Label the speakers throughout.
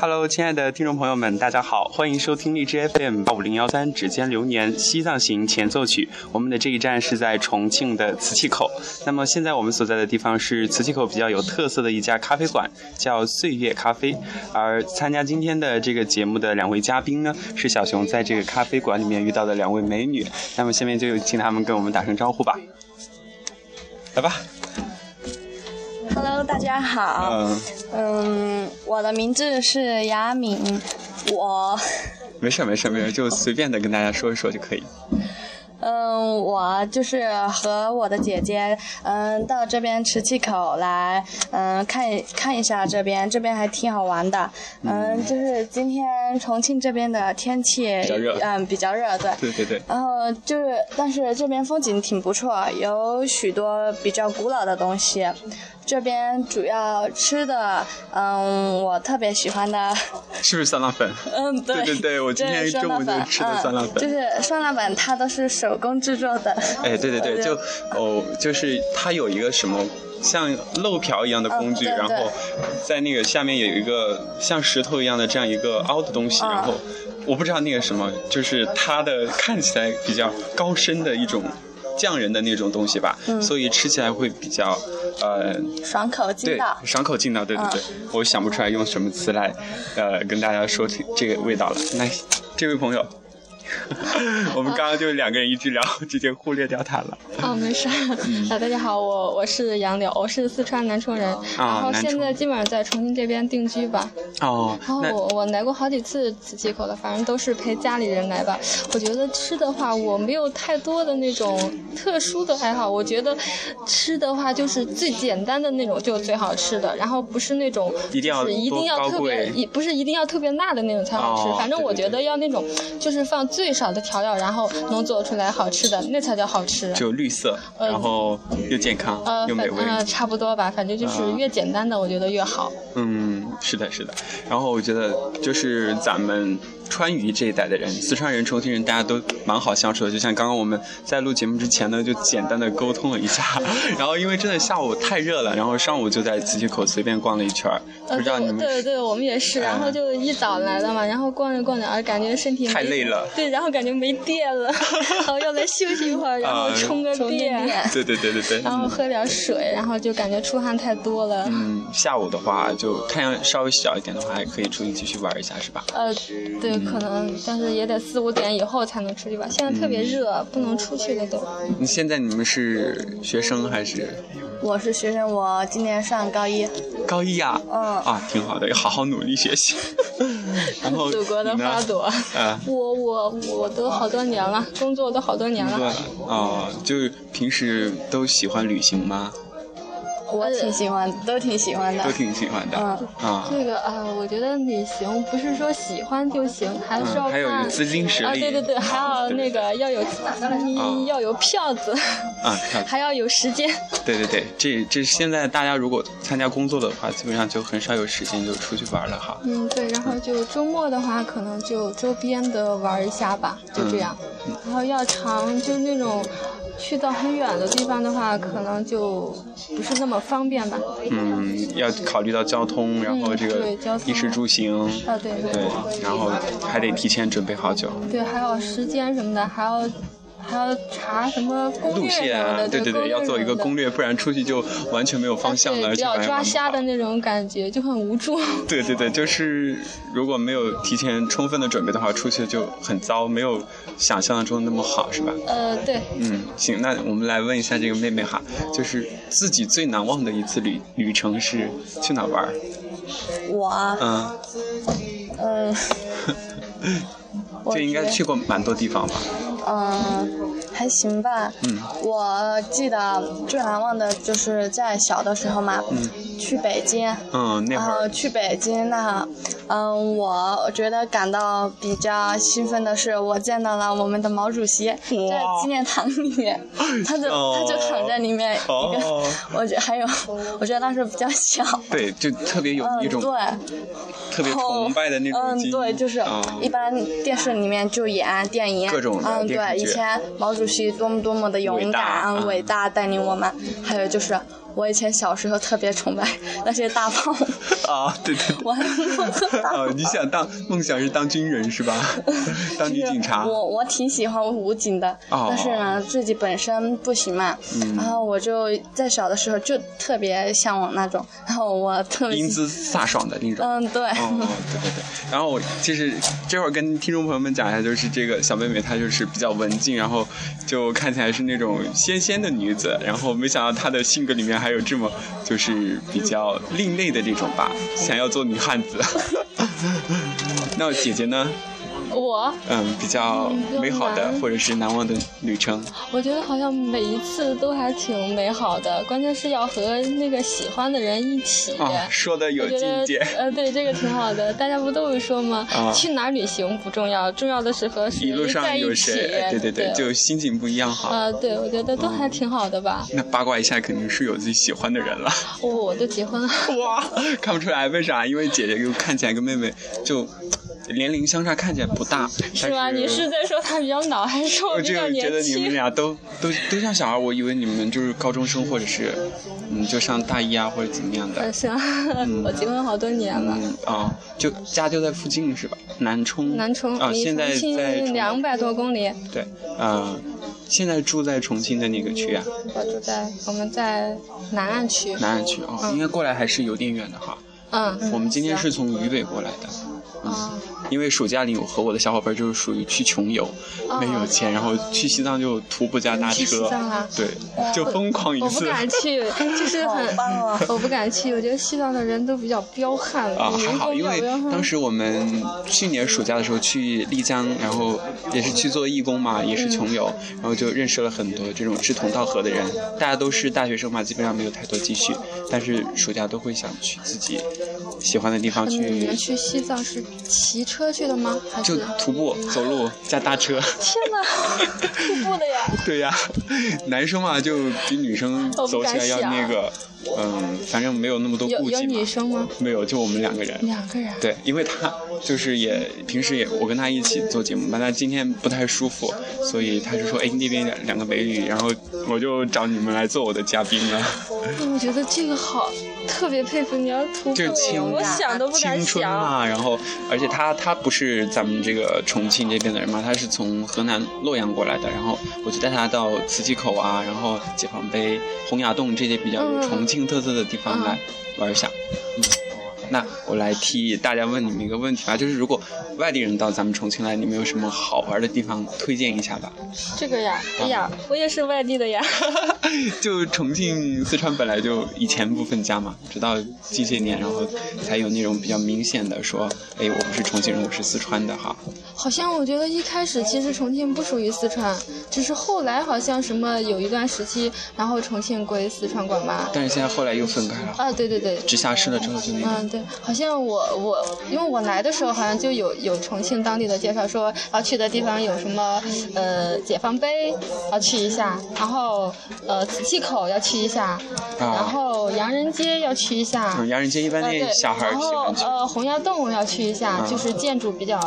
Speaker 1: Hello，亲爱的听众朋友们，大家好，欢迎收听荔枝 FM 八五零幺三《指尖流年》西藏行前奏曲。我们的这一站是在重庆的磁器口。那么现在我们所在的地方是磁器口比较有特色的一家咖啡馆，叫岁月咖啡。而参加今天的这个节目的两位嘉宾呢，是小熊在这个咖啡馆里面遇到的两位美女。那么下面就有请他们跟我们打声招呼吧。来吧，
Speaker 2: Hello，大家好。
Speaker 1: 嗯，
Speaker 2: 嗯，我的名字是雅敏，我，
Speaker 1: 没事儿没事儿没事儿，就随便的跟大家说一说就可以。
Speaker 2: 嗯，我就是和我的姐姐，嗯，到这边瓷器口来，嗯，看看一下这边，这边还挺好玩的。嗯，就是今天重庆这边的天气
Speaker 1: 比较热
Speaker 2: 嗯，比较热，对。
Speaker 1: 对对对，
Speaker 2: 然后呃就是，但是这边风景挺不错，有许多比较古老的东西。这边主要吃的，嗯，我特别喜欢的，
Speaker 1: 是不是酸辣粉？
Speaker 2: 嗯，对
Speaker 1: 对对我今天
Speaker 2: 这是
Speaker 1: 中午就吃的酸辣粉
Speaker 2: 嗯就是酸辣粉，它都是手工制作的。
Speaker 1: 哎，对对对，就哦，就是它有一个什么像漏瓢一样的工具，
Speaker 2: 嗯对
Speaker 1: 然后在那个下面有一个像石头一样的这样一个凹的东西，
Speaker 2: 嗯
Speaker 1: 然后我不知道那个什么，就是它的看起来比较高深的一种。匠人的那种东西吧，
Speaker 2: 嗯
Speaker 1: 所以吃起来会比较，呃，
Speaker 2: 爽口劲
Speaker 1: 对
Speaker 2: 道。，嗯
Speaker 1: 爽口劲道，对对对，我想不出来用什么词来，呃，跟大家说这这个味道了。那这位朋友， 我们刚刚就两个人一直聊，直接忽略掉他了。
Speaker 3: 哦，没事儿。
Speaker 1: 嗯
Speaker 3: 啊，大家好，我我是杨柳，我是四川南充人，然后
Speaker 1: 哦啊南充
Speaker 3: 现在基本上在重庆这边定居吧。
Speaker 1: 哦，
Speaker 3: 然后
Speaker 1: 那
Speaker 3: 我我来过好几次磁器口了，反正都是陪家里人来吧。我觉得吃的话，我没有太多的那种特殊的爱好。我觉得吃的话，就是最简单的那种就是最好吃的，然后不是那种
Speaker 1: 一定要
Speaker 3: 就是一
Speaker 1: 多
Speaker 3: 定要
Speaker 1: 高
Speaker 3: 特别
Speaker 1: 贵
Speaker 3: 一不是一定要特别辣的那种才好吃。
Speaker 1: 哦
Speaker 3: 反正我
Speaker 1: 对对
Speaker 3: 觉得要那种就是放最少的调料，然后能做出来好吃的，那才叫好吃。
Speaker 1: 只有绿色，
Speaker 3: 呃
Speaker 1: 然后又健康
Speaker 3: 呃，
Speaker 1: 又
Speaker 3: 反
Speaker 1: 美味。
Speaker 3: 呃差不多吧，反正就是
Speaker 1: 啊
Speaker 3: 越简单的，我觉得越好。
Speaker 1: 嗯，是的，是的。然后我觉得就是咱们川渝这一代的人，四川人、重庆人，大家都蛮好相处的。就像刚刚我们在录节目之前呢，就简单的沟通了一 下。然后因为真的下午太热了，然后上午就在磁器口随便逛了一圈儿，不
Speaker 3: 呃，
Speaker 1: 知道你
Speaker 3: 对
Speaker 1: 们嗯
Speaker 3: 对对，我们也是，然后就一早来的嘛，然后逛着逛着，啊，感觉身体没
Speaker 1: 太累了，
Speaker 3: 对，然后感觉没电 了，然后要来休息一会儿，然后
Speaker 1: 啊
Speaker 3: 充个电，
Speaker 1: 对对对对对。
Speaker 3: 然后喝点水，然后就感觉出汗太多了。
Speaker 1: 嗯，下午的话，就太阳稍微小一点的话，还可以出去继续玩一下，是吧？
Speaker 3: 呃，对，可能，但是也得四五点以后才能出去吧。现在特
Speaker 1: 嗯
Speaker 3: 别热，不能出去了都。
Speaker 1: 你现在你们是学生还是
Speaker 2: 我是学生，我今年上高一。
Speaker 1: 高一啊，
Speaker 2: 嗯
Speaker 1: 啊，挺好的，要好好努力学 习。然后
Speaker 3: 祖国的
Speaker 1: 你呢
Speaker 3: 花朵
Speaker 1: 啊，
Speaker 3: 我我我都好多年了，工作都好多年
Speaker 1: 工作
Speaker 3: 了。
Speaker 1: 了哦，就是平时都喜欢旅行吗？
Speaker 2: 我挺喜欢，都挺喜欢的
Speaker 1: 都。挺喜欢的
Speaker 2: 嗯
Speaker 1: 啊，
Speaker 3: 这个啊、我觉得旅行不是说喜欢就行，还是要
Speaker 1: 嗯，还
Speaker 3: 看、
Speaker 1: 有资金实
Speaker 3: 啊，
Speaker 1: 力，
Speaker 3: 对对对，还要那个要 有
Speaker 1: 啊
Speaker 3: 要有 票子，
Speaker 1: 啊，看
Speaker 3: 还要有时间。
Speaker 1: 对对对，这这现在大家如果参加工作的话，基本上就很少有时间就出去玩了哈。
Speaker 3: 嗯，对，然后就周末的话，可能就周边的玩一下吧，就这样。
Speaker 1: 嗯
Speaker 3: 然后要长，就是那种去到很远的地方的话，可能就不是那么方便吧。
Speaker 1: 嗯，要考虑到交通，然后这个
Speaker 3: 嗯对交通
Speaker 1: 衣食住行，
Speaker 3: 啊，对对
Speaker 1: 对，然后还得提前准备好久。
Speaker 3: 对，还有时间什么的，还要还要查什么攻
Speaker 1: 路
Speaker 3: 略什
Speaker 1: 线
Speaker 3: 么
Speaker 1: 啊
Speaker 3: 的，，
Speaker 1: 对对
Speaker 3: 攻
Speaker 1: 对，
Speaker 3: 略
Speaker 1: 要做一个
Speaker 3: 什么的
Speaker 1: 攻略，不然出去就完全没有方向了，
Speaker 3: 对，比
Speaker 1: 就
Speaker 3: 较
Speaker 1: 完全
Speaker 3: 抓
Speaker 1: 玩不
Speaker 3: 瞎
Speaker 1: 好
Speaker 3: 的那种感觉，就很无助。
Speaker 1: 对对对，就是如果没有提前充分的准备的话，出去就很糟，没有想象中那么好，是吧？
Speaker 3: 呃，对，
Speaker 1: 嗯，行，那我们来问一下这个妹妹哈，就是自己最难忘的一次旅旅程是去哪儿玩儿？
Speaker 2: 我，啊
Speaker 1: 嗯，
Speaker 2: 嗯，我
Speaker 1: 这应该
Speaker 2: 觉得
Speaker 1: 去过蛮多地方吧？
Speaker 2: 嗯，还行吧。
Speaker 1: 嗯
Speaker 2: 我记得最难忘的就是在小的时候嘛，去北京。
Speaker 1: 嗯，那
Speaker 2: 然
Speaker 1: 会
Speaker 3: 呃
Speaker 2: 后
Speaker 1: 儿
Speaker 2: 去北京那，嗯，我觉得感到比较兴奋的是，我见到了我们的毛主席在纪念堂里面，他就、他就躺在里面一个，
Speaker 1: 哦
Speaker 2: 我觉得还有，我觉得当时比较小，
Speaker 1: 对，就特别有
Speaker 2: 嗯，
Speaker 3: 呃
Speaker 1: 一种
Speaker 2: 对，
Speaker 1: 特别崇拜的那种
Speaker 2: 嗯，
Speaker 1: 经
Speaker 2: 对，就是
Speaker 1: 啊
Speaker 2: 一般电视里面就演啊电影，
Speaker 1: 各种的
Speaker 2: 嗯，
Speaker 1: 电视
Speaker 2: 对，
Speaker 1: 剧
Speaker 2: 以前毛主席多么多么的勇
Speaker 1: 伟大
Speaker 2: 敢、啊
Speaker 1: 嗯
Speaker 2: 伟大，带领我们。还有就是，我以前小时候特别崇拜那些大炮，
Speaker 1: 啊，对对对。
Speaker 2: 我 梦特大
Speaker 1: 哦，你想当梦想是当军人 是吧？当女警察。
Speaker 2: 我我挺喜欢武警的，
Speaker 1: 哦嗯
Speaker 2: 但是呢自己本身不行嘛，然后我就在小的时候就特别向往那种，然后我特别
Speaker 1: 英姿飒爽的那种。
Speaker 2: 嗯对，
Speaker 1: 哦，对对对。然后我就是这会儿跟听众朋友们讲一下，就是这个小妹妹她就是比较文静，然后就看起来是那种仙仙的女子，然后没想到她的性格里面还有这么就是比较另类的这种吧，想要做女汉子。 那姐姐呢？
Speaker 3: 我
Speaker 1: 嗯，比较美好的或者是难忘的旅程，
Speaker 3: 我觉得好像每一次都还挺美好的，关键是要和那个喜欢的人一起。
Speaker 1: 啊，说的有
Speaker 3: 我觉
Speaker 1: 境
Speaker 3: 得
Speaker 1: 界。
Speaker 3: 呃，对，这个挺好的。大家不都会说吗？
Speaker 1: 啊
Speaker 3: 去哪儿旅行不重要，重要的是和
Speaker 1: 一
Speaker 3: 谁
Speaker 1: 路
Speaker 3: 在
Speaker 1: 上有
Speaker 3: 一起。
Speaker 1: 谁？哎对对
Speaker 3: 对
Speaker 1: 对，就心情不一样哈。
Speaker 3: 呃，对，我觉得都还挺好的吧。
Speaker 1: 那八卦一下，肯定是有自己喜欢的人 了。
Speaker 3: 哦，我都结婚了。
Speaker 1: 哇，看不出来，为啥？因为姐姐又看起来跟妹妹就年龄相差看起来不大，
Speaker 3: 是吗？
Speaker 1: 但
Speaker 3: 你是在说他比较老，还是说
Speaker 1: 我
Speaker 3: 比
Speaker 1: 就
Speaker 3: 较
Speaker 1: 觉得
Speaker 3: 年
Speaker 1: 你们
Speaker 3: 轻？
Speaker 1: 俩都都都像小孩，我以为你们就是高中生，或者是嗯，就上大一啊，或者怎么样的
Speaker 3: 呃，。是啊，我结婚好多年了。
Speaker 1: 嗯啊，就家就在附近是吧？南充。
Speaker 3: 南充
Speaker 1: 啊，
Speaker 3: 离
Speaker 1: 现在
Speaker 3: 重
Speaker 1: 在
Speaker 3: 庆
Speaker 1: 重
Speaker 3: 两百多公里，
Speaker 1: 对，呃，现在住在重庆的那个区啊，
Speaker 3: 我住在我们在南岸区。
Speaker 1: 南岸区哦，应该过来还是有点远的哈。
Speaker 3: 嗯，
Speaker 1: 我们今天是从渝北过来的，嗯
Speaker 3: 啊，
Speaker 1: 因为暑假里我和我的小伙伴就是属于去穷游，没有钱，然后去西藏就徒步加搭
Speaker 3: 哦去西
Speaker 1: 车
Speaker 3: 藏啊，
Speaker 1: 对，就疯狂一
Speaker 3: 我不
Speaker 1: 次。
Speaker 3: 敢去，就是
Speaker 2: 好
Speaker 3: 很，
Speaker 2: 棒啊！
Speaker 3: 我不敢去。我觉得西藏的人都比较彪悍，
Speaker 1: 啊，
Speaker 3: 民
Speaker 1: 还好，
Speaker 3: 风比
Speaker 1: 因
Speaker 3: 较
Speaker 1: 为
Speaker 3: 彪悍
Speaker 1: 当时我们去年暑假的时候去丽江，然后也是去做义工
Speaker 3: 嗯
Speaker 1: 嘛，也是穷游，然后就认识了很多这种志同道合的人。大家都是大学生嘛，基本上没有太多积蓄，但是暑假都会想去自己喜欢的地方
Speaker 3: 嗯，你
Speaker 1: 去
Speaker 3: 们，去西藏是骑车去的吗？还？
Speaker 1: 就是徒步、走路加搭车。
Speaker 3: 天哪， 徒步的呀！
Speaker 1: 对呀、男生嘛就比女生
Speaker 3: 我不
Speaker 1: 走起
Speaker 3: 敢
Speaker 1: 来要
Speaker 3: 想
Speaker 1: 那个，嗯，反正没有那么多
Speaker 3: 有
Speaker 1: 顾
Speaker 3: 有
Speaker 1: 忌嘛
Speaker 3: 女。生吗？
Speaker 1: 没有，就我们两个人。
Speaker 3: 两个人。
Speaker 1: 对，因为他就是也平时也我跟他一起做节目嘛，但今天不太舒服，所以他就说，哎，那边两两个美女，然后我就找你们来做我的嘉宾了。
Speaker 3: 我觉得这个好，特别佩服你要徒步
Speaker 1: 就是青，
Speaker 3: 我想都不敢
Speaker 1: 青春啊
Speaker 3: 想。
Speaker 1: 嘛，然后而且他他不是咱们这个重庆这边的人嘛，他是从河南洛阳过来的，然后我就带他到磁器口啊，然后解放碑、洪崖洞这些比较有
Speaker 3: 嗯
Speaker 1: 重庆特色的地方
Speaker 3: 嗯
Speaker 1: 来玩一下。嗯，那我来替大家问你们一个问题吧，就是如果外地人到咱们重庆来，你们有什么好玩的地方推荐一下吧？
Speaker 3: 这个呀，哎
Speaker 1: 啊
Speaker 3: 呀，我也是外地 的呀。
Speaker 1: 就重庆、四川本来就以前不分家嘛，直到近些年，然后才有那种比较明显的说，哎，我不是重庆人，我是四川的哈。
Speaker 3: 好像我觉得一开始其实重庆不属于四川，只是后来好像什么有一段时期，然后重庆归四川管吧。
Speaker 1: 但是现在后来又分开了，
Speaker 3: 啊，对对对。
Speaker 1: 直辖市了之后就那个，
Speaker 3: 嗯，对，好像我我因为我来的时候好像就有有重庆当地的介绍说要去的地方有什么呃解放碑要去一下，然后呃磁器口要去一下，
Speaker 1: 啊
Speaker 3: 然后洋人街要去一下，
Speaker 1: 嗯，洋人街一般
Speaker 3: 呃对
Speaker 1: 那，小孩儿
Speaker 3: 然
Speaker 1: 喜
Speaker 3: 后
Speaker 1: 欢去
Speaker 3: 呃洪崖洞要去一下，
Speaker 1: 嗯
Speaker 3: 就是建筑比较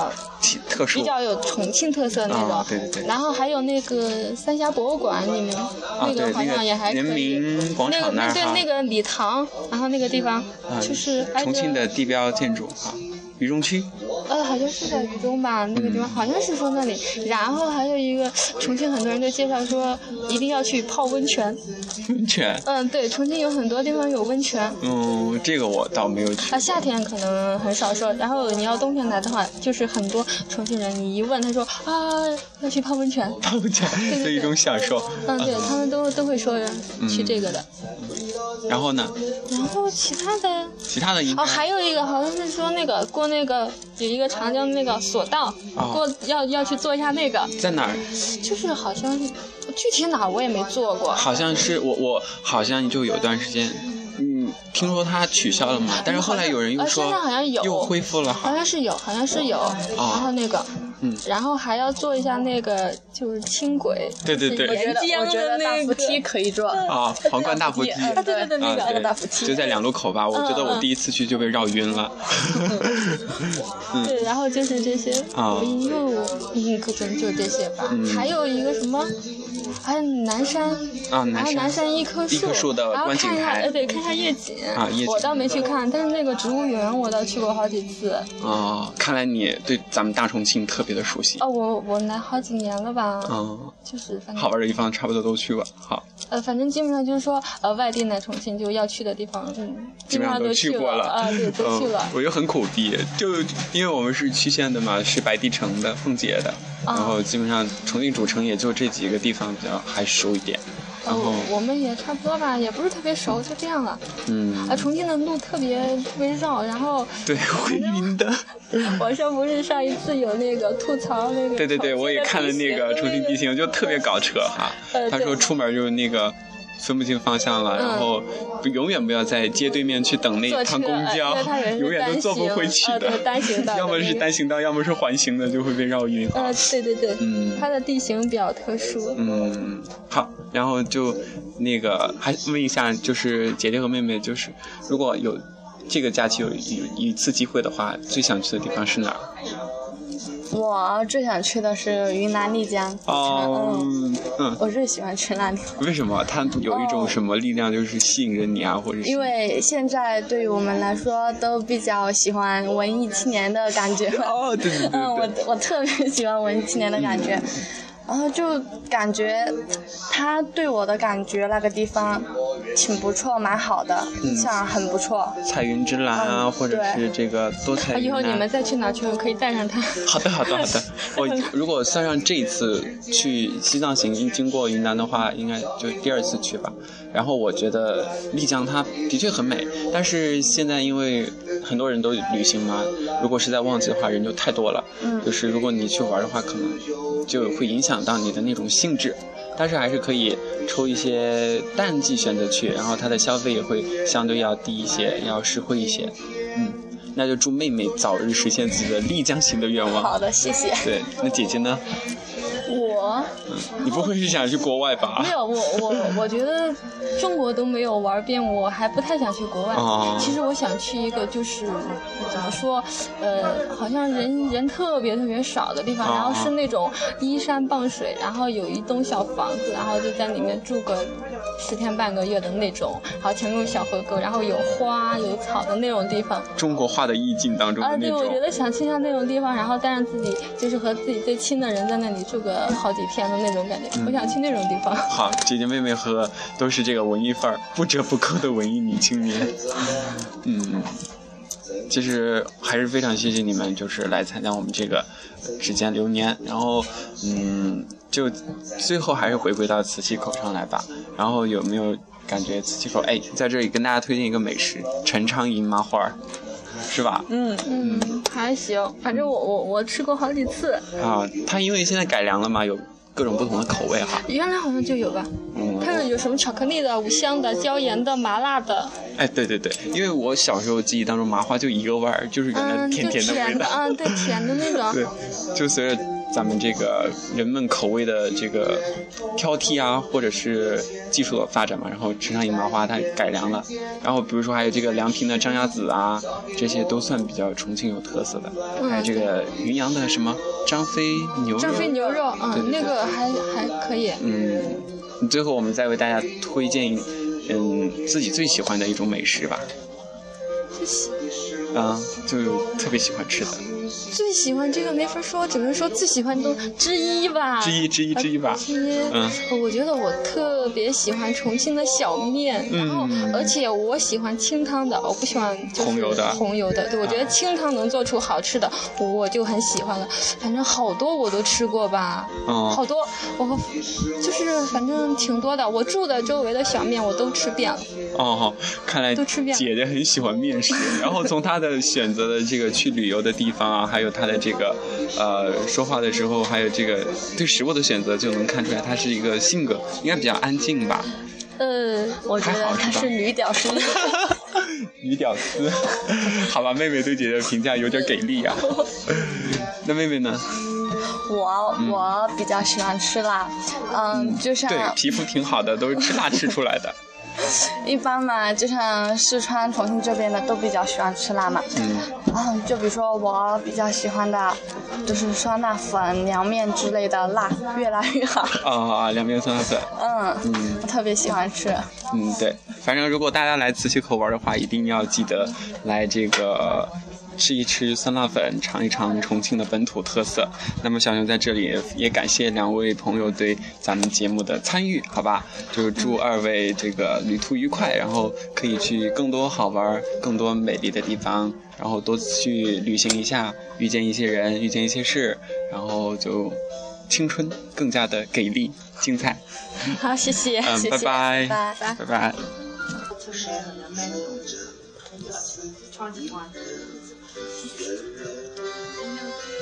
Speaker 1: 挺特
Speaker 3: 比
Speaker 1: 殊
Speaker 3: 较有重庆特色那
Speaker 1: 啊
Speaker 3: 种，
Speaker 1: 对对对
Speaker 3: 然后还有那个三峡博物馆，你们、
Speaker 1: 啊，
Speaker 3: 那
Speaker 1: 对
Speaker 3: 个好像也还可以。
Speaker 1: 人民广
Speaker 3: 那个
Speaker 1: 场那
Speaker 3: 那
Speaker 1: 儿
Speaker 3: 对
Speaker 1: 哈
Speaker 3: 那，个礼堂，然后那个地方、
Speaker 1: 嗯
Speaker 3: 就是挨着
Speaker 1: 重庆的地标建筑哈，渝中区
Speaker 3: 呃，好像是在渝中吧，
Speaker 1: 嗯
Speaker 3: 那个地方好像是说那里。然后还有一个重庆，很多人就介绍说一定要去泡温泉。
Speaker 1: 温泉，
Speaker 3: 嗯，对，重庆有很多地方有温泉。
Speaker 1: 嗯，这个我倒没有去
Speaker 3: 啊，夏天可能很少说，然后你要冬天来的话，就是很多重庆人，你一问他说啊要去泡温泉，
Speaker 1: 泡温泉，
Speaker 3: 对
Speaker 1: 是一种啊享受。
Speaker 3: 嗯，对他们都都会说
Speaker 1: 嗯
Speaker 3: 去这个的。
Speaker 1: 然后呢，
Speaker 3: 然后其他的
Speaker 1: 其他的应该
Speaker 3: 哦，还有一个好像是说那个过那个有一个长江那个索道，
Speaker 1: 哦
Speaker 3: 过要要去做一下那个，
Speaker 1: 在哪儿？
Speaker 3: 就是好像是具体哪儿我也没做过。
Speaker 1: 好像是我我好像就有段时间，嗯，听说它取消了嘛，但是后来有人又
Speaker 3: 嗯呃
Speaker 1: 说
Speaker 3: 现在好像有
Speaker 1: 又恢复了
Speaker 3: 好
Speaker 1: 哈。
Speaker 3: 像是有，好像是有，然后那个，
Speaker 1: 啊嗯
Speaker 3: 然后还要做一下那个就是轻轨，
Speaker 1: 对对对
Speaker 3: 就是沿江
Speaker 2: 我觉
Speaker 3: 的
Speaker 2: 得大
Speaker 3: 那
Speaker 2: 扶
Speaker 3: 个
Speaker 2: 梯可以坐。
Speaker 1: 啊，皇冠大扶梯。
Speaker 2: 啊嗯 对对对，那
Speaker 1: 啊
Speaker 2: 个
Speaker 1: 对
Speaker 2: 大扶梯
Speaker 1: 就。在两路口
Speaker 3: 嗯
Speaker 1: 吧，我觉得我第一次去就被绕晕了。
Speaker 3: 对，然后就是这些
Speaker 1: 啊
Speaker 3: 五音路，嗯，可能就这些吧。
Speaker 1: 嗯
Speaker 3: 还有一个什么，还有南山，
Speaker 1: 啊，
Speaker 3: 然
Speaker 1: 南
Speaker 3: 后南
Speaker 1: 山，
Speaker 3: 山一棵
Speaker 1: 一棵树的
Speaker 3: 然后
Speaker 1: 观景
Speaker 3: 看一下，
Speaker 1: 台
Speaker 3: 呃，对，看一下夜景
Speaker 1: 啊夜景
Speaker 3: 我倒没去看，但是那个植物园我倒去过好几次。
Speaker 1: 啊，看来你对咱们大重庆特别的熟悉。
Speaker 3: 哦，我我来好几年了吧，
Speaker 1: 嗯，
Speaker 3: 就是反
Speaker 1: 好
Speaker 3: 正
Speaker 1: 玩的地方差不多都去过，好，
Speaker 3: 呃，反正基本上就是说，呃，外地来重庆就要去的地方，嗯，基本上
Speaker 1: 都
Speaker 3: 都去
Speaker 1: 过了
Speaker 3: 啊，对，都去了
Speaker 1: 嗯。。我又很苦逼，就因为我们是区县的嘛，是白帝城的、奉节的，
Speaker 3: 啊
Speaker 1: 然后基本上重庆主城也就这几个地方比较还熟一点。然后，
Speaker 3: 我们也差不多吧，也不是特别熟，就这样了。
Speaker 1: 嗯，
Speaker 3: 啊，重庆的路特别特别绕，然后
Speaker 1: 对，会晕的。
Speaker 3: 网上不是上一次有那个吐槽那个，
Speaker 1: 对对对，我也看了那个重庆地形，就特别 搞扯哈。
Speaker 3: 呃
Speaker 1: 他说
Speaker 3: 对
Speaker 1: 出门就是那个。分不清方向了，
Speaker 3: 嗯
Speaker 1: 然后不永远不要在街对面去等那
Speaker 3: 坐
Speaker 1: 一趟
Speaker 3: 车
Speaker 1: 公
Speaker 3: 呃
Speaker 1: 交
Speaker 3: 因为它有，人 是
Speaker 1: 永远都坐不回去
Speaker 3: 单行
Speaker 1: 的。
Speaker 3: 呃对单行道的
Speaker 1: 要么是
Speaker 3: 那个
Speaker 1: 单行道，要么是环形的，就会被绕晕啊
Speaker 3: 呃，。对对对，
Speaker 1: 嗯
Speaker 3: 它的地形比较特殊。
Speaker 1: 嗯，好，然后就那个还问一下，就是姐姐和妹妹，就是如果有这个假期有有一次机会的话，最想去的地方是哪儿？
Speaker 2: 我最想去的是云南丽江。
Speaker 1: 哦
Speaker 2: 嗯，，
Speaker 1: 嗯，
Speaker 2: 我最喜欢去那里。
Speaker 1: 为什么它有一种
Speaker 2: 哦
Speaker 1: 什么力量，就是吸引着你啊，或者是
Speaker 2: 因为现在对于我们来说都比较喜欢文艺青年的感觉。
Speaker 1: 哦，对对对
Speaker 2: 嗯，我
Speaker 1: 对，
Speaker 2: 我特别喜欢文艺青年的感觉，然后就感觉他对我的感觉那个地方挺不错，蛮好的，
Speaker 1: 嗯
Speaker 2: 印象很不错。
Speaker 1: 彩云之蓝啊，
Speaker 2: 嗯
Speaker 1: 或者是
Speaker 2: 对
Speaker 1: 这个多彩
Speaker 3: 啊，以
Speaker 1: 云
Speaker 3: 后你们
Speaker 1: 南。
Speaker 3: 再去哪儿去，我可以带上它。
Speaker 1: 好的，好的，好的。我如果算上这一次去西藏行经过云南的话，应该就第二次去吧。然后我觉得丽江它的确很美，但是现在因为很多人都旅行嘛，如果是在旺季的话，人就太多了。
Speaker 2: 嗯
Speaker 1: 就是如果你去玩的话，可能就会影响到你的那种兴致。但是还是可以抽一些淡季选择去，然后它的消费也会相对要低一些，要实惠一些。嗯，那就祝妹妹早日实现自己的丽江行的愿望
Speaker 2: 好。的，谢谢。
Speaker 1: 对，那姐姐呢？
Speaker 3: 我
Speaker 1: 你不会是想去国外吧
Speaker 3: 没？有，我我我觉得中国都没有玩遍，我还不太想去国外。
Speaker 1: 哦
Speaker 3: 其实我想去一个就是怎么说，呃，好像人人特别特别少的地方，
Speaker 1: 哦
Speaker 3: 然后是那种依山傍水，然后有一栋小房子，然后就在里面住个十天半个月的那种，然后前面有小河沟，然后有花有草的那种地方。
Speaker 1: 中国画的意境当中
Speaker 3: 啊，
Speaker 1: 的那
Speaker 3: 对，我觉
Speaker 1: 种。
Speaker 3: 得想去一下那种地方，然后带上自己，就是和自己最亲的人在那里住个好几天的那种感觉。我想去那种地方。
Speaker 1: 好，姐姐妹妹和都是这个文艺范儿，不折不扣的文艺女青年。嗯，其实还是非常谢谢你们，就是来参加我们这个呃指尖流年。然后，嗯，就最后还是回归到瓷器口上来吧。然后有没有感觉瓷器口？哎，在这里跟大家推荐一个美食——陈昌银麻花儿，是吧？
Speaker 3: 嗯，还行，反正我我我吃过好几次，
Speaker 1: 啊，它因为现在改良了嘛，有各种不同的口味哈。
Speaker 3: 原来好像就有吧。
Speaker 1: 嗯，
Speaker 3: 它有有什么巧克力的、五香的、椒盐的、麻辣的，
Speaker 1: 哎，对对对，因为我小时候记忆当中麻花就一个味儿，就是原来
Speaker 3: 嗯，
Speaker 1: 甜
Speaker 3: 就
Speaker 1: 的味
Speaker 3: 甜的，
Speaker 1: 道。
Speaker 3: 嗯，对，甜的那种。
Speaker 1: 对，就随着咱们这个人们口味的这个挑剔啊，或者是技术的发展嘛，然后池上银麻花它改良了，然后比如说还有这个梁平的张家子啊，这些都算比较重庆有特色的，还有这个云阳的什么张飞牛肉，
Speaker 3: 嗯张飞牛肉，
Speaker 1: 对对
Speaker 3: 嗯，
Speaker 1: 对
Speaker 3: 那个还还可以。
Speaker 1: 嗯，最后我们再为大家推荐一，嗯，自己最喜欢的一种美食吧。
Speaker 3: 最喜
Speaker 1: 啊，就特别喜欢吃的
Speaker 3: 最喜欢这个没法说，只能说最喜欢都之一吧。
Speaker 1: 之一之一之一吧。
Speaker 3: 之一，
Speaker 1: 嗯
Speaker 3: 哎我觉得我特别喜欢重庆的小面，
Speaker 1: 嗯
Speaker 3: 然后而且我喜欢清汤的，我不喜欢就是
Speaker 1: 红油的啊
Speaker 3: 红油的，对我觉得清汤能做出好吃的，我就很喜欢了。反正好多我都吃过吧，
Speaker 1: 嗯
Speaker 3: 好多我就是反正挺多的，我住的周围的小面我都吃遍了。
Speaker 1: 哦，看来
Speaker 3: 都吃遍了
Speaker 1: 姐姐很喜欢面食。然后从她的选择的这个去旅游的地方啊，还有她的这个呃说话的时候，还有这个对食物的选择，就能看出来她是一个性格应该比较安静 吧，
Speaker 3: 呃，
Speaker 2: 我觉得他是女屌 丝。
Speaker 1: 女屌丝。好吧，妹妹对姐姐的评价有点给力啊。那妹妹呢？
Speaker 2: 我我比较喜欢吃辣，嗯，就像
Speaker 1: 对，皮肤挺好的，都是吃辣吃出来 的。
Speaker 2: 一般嘛，就像四川、重庆这边的都比较喜欢吃辣嘛。
Speaker 1: 嗯，
Speaker 2: 嗯，就比如说我比较喜欢的，就是酸辣粉、凉面之类的辣，越辣越好。
Speaker 1: 啊、两边酸辣粉。
Speaker 2: 嗯，我特别喜欢吃。
Speaker 1: 嗯，对，反正如果大家来磁器口玩的话，一定要记得来这个吃一吃酸辣粉，尝一尝重庆的本土特色。那么小牛在这里也感谢两位朋友对咱们节目的参与，好吧？就是祝二位这个旅途愉快，然后可以去更多好玩、更多美丽的地方，然后多去旅行一下，遇见一些人，遇见一些事，然后就青春更加的给力、精彩。
Speaker 2: 好，谢谢，
Speaker 1: 嗯，
Speaker 2: 谢
Speaker 1: 拜
Speaker 2: 谢，
Speaker 1: 拜，
Speaker 2: 拜拜。
Speaker 1: 拜拜。